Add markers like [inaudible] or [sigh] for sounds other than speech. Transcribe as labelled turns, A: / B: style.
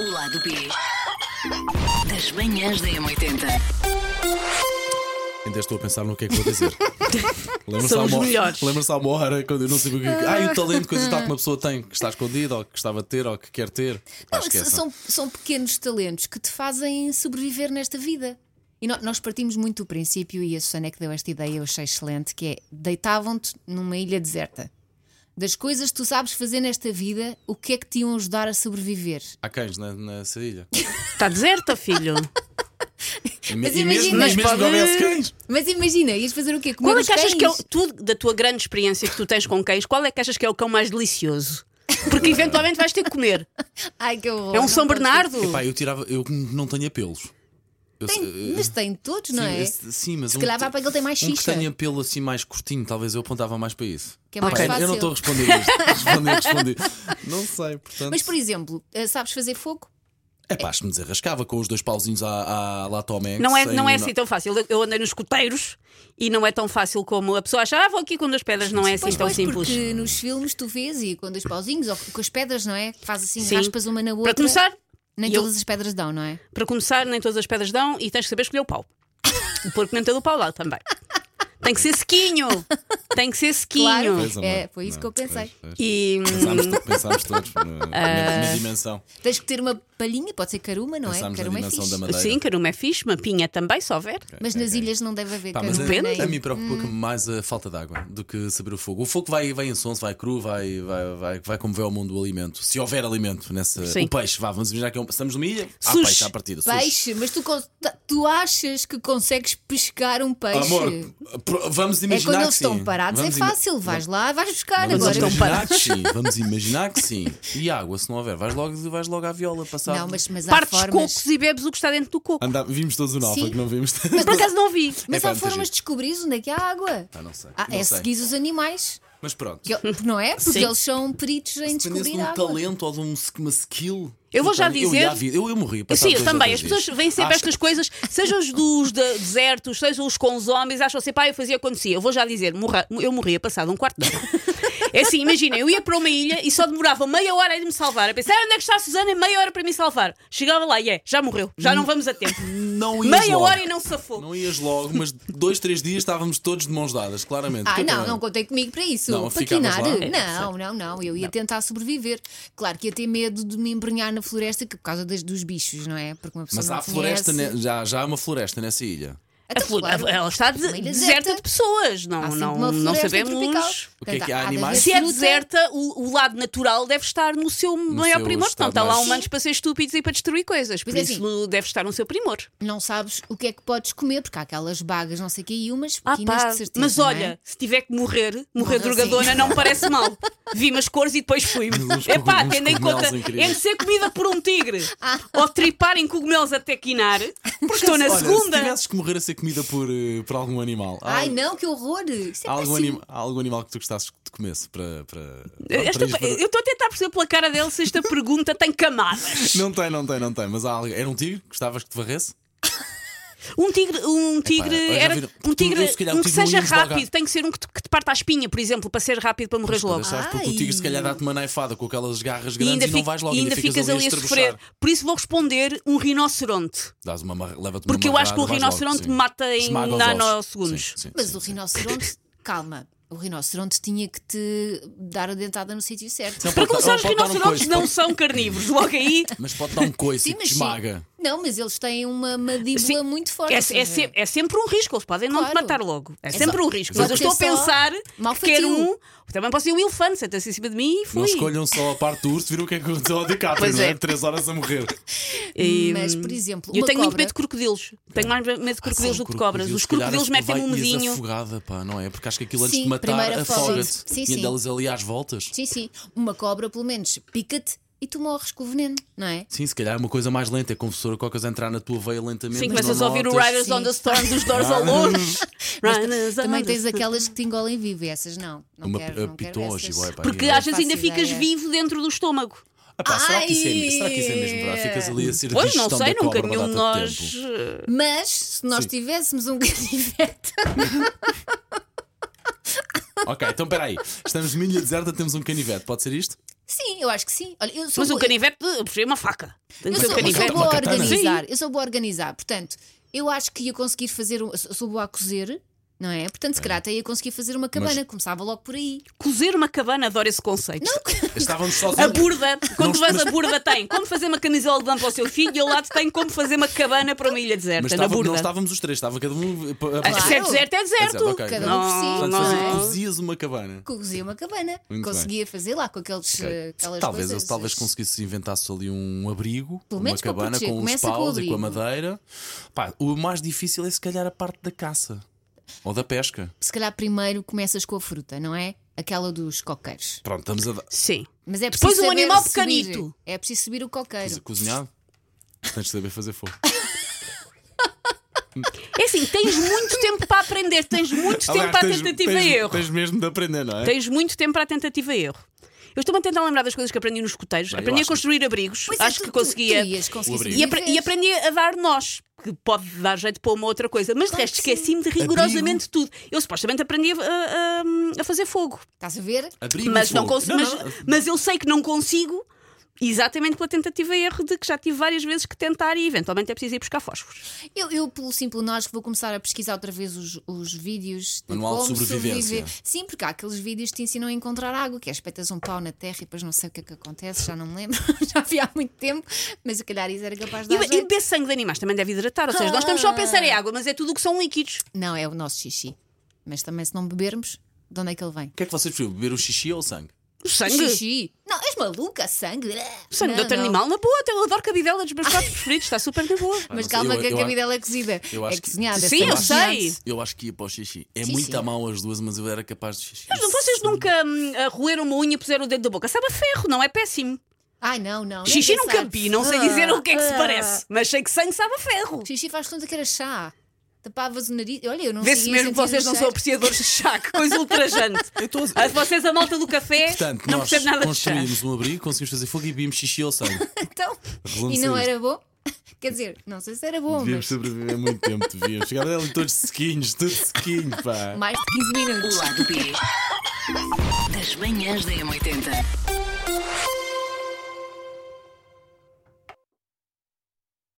A: O lado B das manhãs da M80.
B: Ainda estou a pensar no que é que vou
C: [laughs]
B: dizer. Lembra-se
D: São
B: há
D: os
B: uma-
D: melhores.
B: Lembra-se há uma hora quando eu não sabia o que. Ah, o talento, coisa e tal que uma pessoa tem, que está escondida, ou que gostava de ter, ou que é assim. quer ter. Pá,
C: Não,
D: é
B: esqueçam.
C: são, são pequenos talentos que te fazem sobreviver nesta vida. E no- nós partimos muito do princípio, e a Susana é que deu esta ideia, eu achei excelente, que é deitavam-te numa ilha deserta. Das coisas que tu sabes fazer nesta vida, o que é que te iam ajudar a sobreviver?
B: Há cães na, nessa
C: [laughs]
B: ilha.
D: Está deserta, Tá filho.
B: E,
C: Mas
B: e mesmo,
C: imagina-
B: mas mesmo que
D: Pode-
B: houvesse cães.
C: Mas imagina, ias fazer o quê? Comer
D: Qual é
C: os
D: que achas que é o,
C: cães?
D: tu, da tua grande experiência que tu tens com cães, qual é que achas que é o cão mais delicioso? Porque eventualmente vais ter que comer.
C: Ai, que horror,
D: É um
C: não
D: São
C: posso.
D: Bernardo?
B: Epá, eu tirava. Eu não tenho apelos. Eu-
C: Tem-
B: eu-
C: mas tem todos,
B: sim,
C: não é?
B: esse- Sim, mas
C: Se
B: um,
C: calhar vai para que ele tem mais
B: um que
C: xixa.
B: tenha pelo assim mais curtinho, talvez eu apontava mais para isso.
C: Que é mais
B: Epá, eu- Eu
C: fácil.
B: não estou a responder
C: [laughs]
B: isto. Respondi, respondi. Não sei, portanto.
C: Mas, por exemplo, eh, sabes fazer fogo?
B: É pá, acho que me desarrascava com os dois pauzinhos à, à Latomé.
D: Não é, não é assim tão fácil. Eu- Eu andei nos escuteiros e não é tão fácil como a pessoa acha, ah, vou aqui com duas pedras, não é assim
C: Pois,
D: tão
C: pois,
D: simples.
C: porque nos filmes tu vês e com dois pauzinhos ou com as pedras, não é? Faz assim,
D: Sim.
C: raspas uma na outra.
D: Para começar,
C: Nem
D: eu-
C: todas as pedras dão, não é?
D: para começar, nem todas as pedras dão e tens que saber escolher o pau. O porco não tem do pau lá também. Tem que ser sequinho. Tem que ser sequinho.
B: Pois, amor.
C: é, foi isso
B: Não,
C: que eu pensei. Ah.
B: pois, pois.
D: E hum,
B: Pensámos, pensámos todos na,
C: [laughs]
B: na- na dimensão.
C: Tens que ter uma palhinha, pode ser caruma, não
B: Pensámos
C: é?
B: na
C: Caruma é
B: dimensão
C: fixe.
B: da madeira. É,
D: sim, caruma é fixe, mapinha também, se houver.
C: Mas nas ilhas não é? deve haver
B: Pá, mas
C: caruma.
B: a, é
C: nem-
B: a mim
C: Hum.
B: preocupa-me mais a falta de água do que saber o fogo. O fogo vai, vai em sons, vai cru, vai, vai, vai, vai como vê ao mundo o alimento. Se houver alimento nessa.
D: Sim.
B: O peixe, vá, vamos imaginar que é um, estamos numa ilha, há
D: Sushi.
B: peixe à partida. sushi.
C: Peixe, mas tu, con- ta- tu achas que consegues pescar um peixe?
B: Amor, pro- vamos
C: é
B: imaginar
C: quando
B: que
C: eles
B: sim.
C: estão parados,
B: Vamos
C: é
B: ima-
C: fácil. Vais lá, vais buscar
B: Vamos
C: agora. é
B: imaginar que sim, vamos imaginar que sim. E água, se não houver, vais logo, vais logo à viola passar.
C: Não, mas, mas há
D: Partes
C: formas.
D: cocos e bebes o que está dentro do coco.
B: Andá- vimos todos o Nalfa,
C: Sim.
B: que não vimos. [laughs]
D: Mas por acaso não vi.
C: Mas
B: É pá,
C: há
B: muito
C: formas
B: giro.
C: de descobrir onde é que há água.
B: Ah, não sei,
C: Ah,
B: não
C: é
B: sei.
C: seguir os animais.
B: Mas pronto.
C: Que eu- Não é? Porque
D: Sim.
C: eles são peritos em
B: Dependesse
C: descobrir
B: de um
C: água.
B: talento ou de um, uma skill.
D: Eu vou já
B: tenho-
D: dizer-
B: Eu, ia à vida- eu, eu morri. passado
D: Sim, eu
B: dois ou
D: também. As
B: três
D: pessoas
B: dias.
D: veem sempre
B: Acho-
D: estas coisas, sejam os dos de- desertos, sejam os com os homens, acham assim, pá, eu fazia acontecia. Eu vou já dizer, morra- eu morria passado um quarto de
B: [laughs]
D: hora. É assim, imagina, eu ia para uma ilha e só demorava meia hora a ir me salvar. A pensar, "Ah, onde é que está a Susana? Meia hora para me salvar. Chegava lá e é, já morreu, já não vamos a tempo.
B: Não ias
D: Meia
B: Hum. logo.
D: hora e não safou.
B: Não ias logo, mas dois, três dias estávamos todos de mãos dadas, claramente.
C: Ah,
B: Porque-
C: não, não contei comigo para isso.
B: Não, ficavas
C: Paquinar?
B: lá?
D: É,
C: Não, não, não. Eu ia tentar sobreviver. Claro que ia ter medo de me embrenhar na floresta que- é por causa das- dos bichos, não é? Porque uma pessoa
B: Mas
C: não
B: há floresta,
C: conhece.
B: ne- já, já há uma floresta nessa ilha.
D: A
C: Então,
D: flor-
C: claro,
D: a- ela está de-
C: uma ilha
D: deserta de pessoas, não,
C: Há sempre
D: não,
C: uma
D: não
C: floresta
D: sabemos.
B: O
C: tropical.
B: que é que
C: Portanto,
B: há
C: de
B: animais?
C: haver
D: Se é
C: fruta.
D: deserta, o, o lado natural deve estar no seu maior
B: seu
D: primor. Não
B: estado
D: está lá
B: mais-
D: humanos para ser estúpidos e para destruir coisas. Por
C: Mas é
D: isso deve estar no seu primor.
C: Não sabes o que é que podes comer, porque há aquelas bagas, não sei o que, e umas
D: Ah,
C: pequenas
D: pá,
C: de certeza.
D: mas
C: não é? assim.
D: olha, se tiver que morrer, morrer
C: Morreu,
D: drogadona
C: sim.
D: não
C: [laughs]
D: me parece mal. Vi umas cores e depois fui.
B: Uns
D: É pá,
B: cogumelos-
D: tendo em
B: cogumelos
D: conta
B: incríveis.
D: entre ser comida por um tigre
C: [laughs] Ah.
D: ou tripar em cogumelos até quinar, estou na
B: Olha,
D: segunda.
B: Se tivesses que morrer a ser comida por, eh, por algum animal. há-
C: Ai não, que horror! Isso é
B: há algum,
C: péssimo.
B: anima- há algum animal que tu gostasses que te comesse para. para,
D: Esta-
B: para- para-
D: eu estou a tentar perceber pela cara dele se esta pergunta tem camadas.
B: Não tem, não tem, não tem. Mas há algo. Era um tigre? Gostavas que te varresse?
D: Um tigre, um tigre
B: olha, já
D: era
B: viram?
D: um tigre,
B: Eu, se calhar,
D: um
B: o
D: que
B: tigre não
D: seja
B: ia esmagar.
D: rápido, tem que ser um que te, que te parta a espinha, por exemplo, para ser rápido para morrer logo.
B: Sabes, porque o tigre se calhar dá-te uma naifada com aquelas garras
D: E
B: grandes e,
D: ainda,
B: não
D: fica-
B: vais logo
D: e ainda ficas ali a
B: estrebuchar.
D: sofrer. Por isso vou responder um rinoceronte.
B: Dás uma marra- leva-te uma
D: Porque eu acho que o
B: marrada, vais logo,
D: rinoceronte
B: sim.
D: mata em
B: Esmaga os ossos.
D: nanosegundos.
B: Sim, sim,
C: Mas
B: sim,
C: o
B: sim.
C: rinoceronte, calma, o rinoceronte tinha que te dar a dentada no sítio certo.
B: Não,
D: Para
B: pode dar-
D: começar, os
B: pode dar um
D: rinocerontes
B: coice,
D: não
B: pode- [laughs]
D: são carnívoros. Logo aí.
B: Mas pode dar um coice
C: Sim,
B: e te
C: mas sim.
B: esmaga.
C: Não, mas eles têm uma mandíbula
D: Sim,
C: muito forte.
D: É, é se- é sempre um risco, eles podem não te
C: Claro.
D: matar logo. É
C: Exato.
D: sempre um risco. Mas
C: Exato.
D: eu estou a
C: Porque só
D: pensar
C: mal
D: que quer
C: feitio.
D: um. Também pode ser um elefante, senta-se em cima de mim e
B: Não
D: fui.
B: escolham só a parte do urso, viram o que é que aconteceu ao DiCaprio,
D: Pois
B: não é?
D: é.
B: Três horas a morrer.
D: E,
C: Mas, por exemplo,
D: Hum, eu
C: uma
D: tenho muito
C: cobra-
D: medo de crocodilos. Tenho mais medo de crocodilos
B: Ah, Sim,
D: do que de cobras. Os
B: se calhar
D: crocodilos
B: acho que
D: metem-me um
B: vai- ias
D: medinho.
B: afogada, pá, não é? Porque acho que aquilo antes
C: Sim,
B: de matar
C: primeira afoga-te.
B: afoga-te.
C: Sim,
B: E
C: sim.
B: delas ali às voltas.
C: Sim, sim. Uma cobra, pelo menos, pica-te e tu morres com o veneno, não é?
B: Sim, se calhar é uma coisa mais lenta. É como se a cocas a entrar na tua veia lentamente.
D: Sim,
B: mas
D: começas a
B: não
D: ouvir o
B: notas.
D: Riders on the Storm dos Doors
B: Ah.
D: ao [laughs] longe. Riders on
C: Também
D: the-
C: tens aquelas que te engolem vivo e essas não. Não
B: Uma
C: quero,
B: a
C: não quero
B: piton ou
C: essas.
B: giboia, é pá,
D: Porque
B: e-
D: às vezes
C: faço
D: ainda ficas
C: ideia.
D: vivo dentro do estômago.
B: Ah, pá, será, que isso é,
C: Ai.
B: será que isso é mesmo verdade? Ficas ali a ser
D: Pois, não
B: digestão
D: sei,
B: da
D: nunca
B: cobra
D: nenhum de
B: uma data de
D: nós. eh,
B: tempo.
C: Mas se nós
B: Sim.
C: tivéssemos um [laughs] canivete.
B: Ok, então peraí. Estamos numa ilha deserta, temos um canivete. Pode ser isto?
C: Sim, eu acho que sim. Olha, eu sou
D: Mas um o
C: boa-
D: canivete, eu prefiro uma faca.
C: Eu
D: Tem que
C: sou,
D: ser
C: eu
D: um
C: sou
D: canivete.
C: boa a
B: Uma katana.
C: organizar, eu sou boa a organizar, portanto, eu acho que ia conseguir fazer, um, sou sou boa a cozer, não é? Portanto, se calhar até ia conseguir fazer uma cabana, começava logo por aí.
D: Cozer uma cabana, adoro esse conceito.
B: Estávamos só
D: A burda,
B: Não,
D: quando tu vais
B: mas-
D: a burda, tem como fazer uma camisola de lã para o seu filho e ao lado tem como fazer uma cabana para uma ilha deserta.
B: Mas
D: na
B: estava-
D: burda.
B: não estávamos os três, estava cada um. a- a-
D: Ah, Se é
C: Claro.
D: deserto, é deserto.
B: Exato, ok.
C: cada um por si,
D: Não,
B: Portanto,
C: não
B: fazia-
C: é?
B: cozias uma cabana.
C: Cozia uma cabana,
B: Muito
C: conseguia fazer lá com aqueles,
B: Ok.
C: eh, aquelas
B: Talvez,
C: coisas.
B: talvez conseguisse inventar-se ali um abrigo,
C: Pelo
B: uma
C: menos para
B: cabana
C: proteger.
B: com uns
C: Começa com o
B: paus e com a
C: abrigo.
B: madeira. Pá, o mais difícil é se calhar a parte da caça ou da pesca.
C: Se calhar primeiro começas com a fruta, não é? Aquela dos coqueiros.
B: Pronto, estamos a da-
D: Sim.
C: Mas é
D: Depois
C: preciso
D: um
C: saber
D: animal
C: subir.
D: pequenito.
C: É preciso subir o coqueiro.
B: cozinhado. Tens de saber fazer fogo.
D: É assim, tens muito tempo para aprender, tens muito tempo para a tentativa e é um erro.
B: Tens mesmo de aprender, não é?
D: Tens muito tempo para a tentativa e erro. Eu estou-me a tentar lembrar das coisas que aprendi nos escuteiros.
B: Bem, eu
D: aprendi a
B: acho que-
D: construir abrigos,
C: Pois é,
D: acho
C: tu-
D: que
C: tu-
D: conseguia.
C: tu ias conseguir
B: O abrigo.
D: E, apre-
C: sobreviver.
D: e aprendi a dar nós, que pode dar jeito para uma outra coisa, mas de
C: Claro
D: resto
C: que sim.
D: esqueci-me de rigorosamente tudo. Eu supostamente aprendi a, a- a- a fazer fogo,
C: Estás a ver?
B: Abrigo
D: mas,
B: e
D: não
B: um
D: assim.
B: fogo.
D: consigo, mas, mas eu sei que não consigo, exatamente pela tentativa e erro de que já tive várias vezes que tentar e eventualmente é preciso ir buscar fósforos.
C: Eu, eu, pelo simples nós, vou começar a pesquisar outra vez os, os vídeos de
B: Manual de
C: como
B: sobrevivência.
C: sobreviver. Sim, porque há aqueles vídeos que te ensinam a encontrar água, que é espetas um pau na terra e depois não sei o que é que acontece, já não me lembro, [laughs] já vi há muito tempo, mas se calhar isso era capaz de dar.
D: E, e
C: jeito.
D: beber sangue de animais também deve hidratar, ou seja, nós estamos só a pensar em água, mas é tudo o que são líquidos.
C: Não, é o nosso xixi. Mas também se não bebermos, de onde é que ele vem?
B: O que é que vocês preferiam? Beber o xixi ou o sangue?
D: O sangue.
C: Xixi! Não, és maluca, sangue!
D: Sangue de
C: Não,
D: outro
C: não.
D: animal, na boa, até eu adoro cabidela dos
C: [laughs]
D: meus pratos preferidos, está super na boa.
B: não
C: Mas
B: sei,
C: calma
B: eu-
C: que a
B: eu
C: cabidela é cozida.
B: eu acho
C: é
B: que-
C: cozinhada.
D: Sim,
C: é
D: eu
C: cozinhada.
D: sei.
B: Eu acho que ia para o xixi. É
C: Sim,
B: muito
C: sim.
B: a mão as duas, mas eu era capaz de xixi.
D: Mas não, vocês nunca hum, ah, roeram uma unha e puseram o dedo da boca. Sabe a ferro, não é péssimo.
C: Ai, não, não. nem
D: Xixi
C: pensar.
D: nunca vi, não sei dizer o que é que se
C: Ah,
D: parece, mas sei que sangue sabe a ferro.
C: Xixi faz conta que era chá. Tapavas o nariz. Olha, eu não sei.
D: Vê-se mesmo que vocês não são apreciadores de chá, que coisa ultrajante.
B: [laughs] Eu estou a-
D: A de vocês, a malta do café,
B: Portanto,
D: não
B: nós
D: percebe nada de chá.
B: construímos um abrigo, conseguimos fazer fogo e bebíamos xixi ou sangue.
C: [laughs] Então,
B: Relance
C: e não
B: isto.
C: era bom? [laughs] Quer dizer, não sei se era bom,
B: Devíamos
C: mas
B: sobreviver muito tempo, devíamos. Chegava ali todos sequinhos, tudo sequinho, pá.
C: mais de 15
A: O
C: minutos.
A: lado B das manhãs da M80.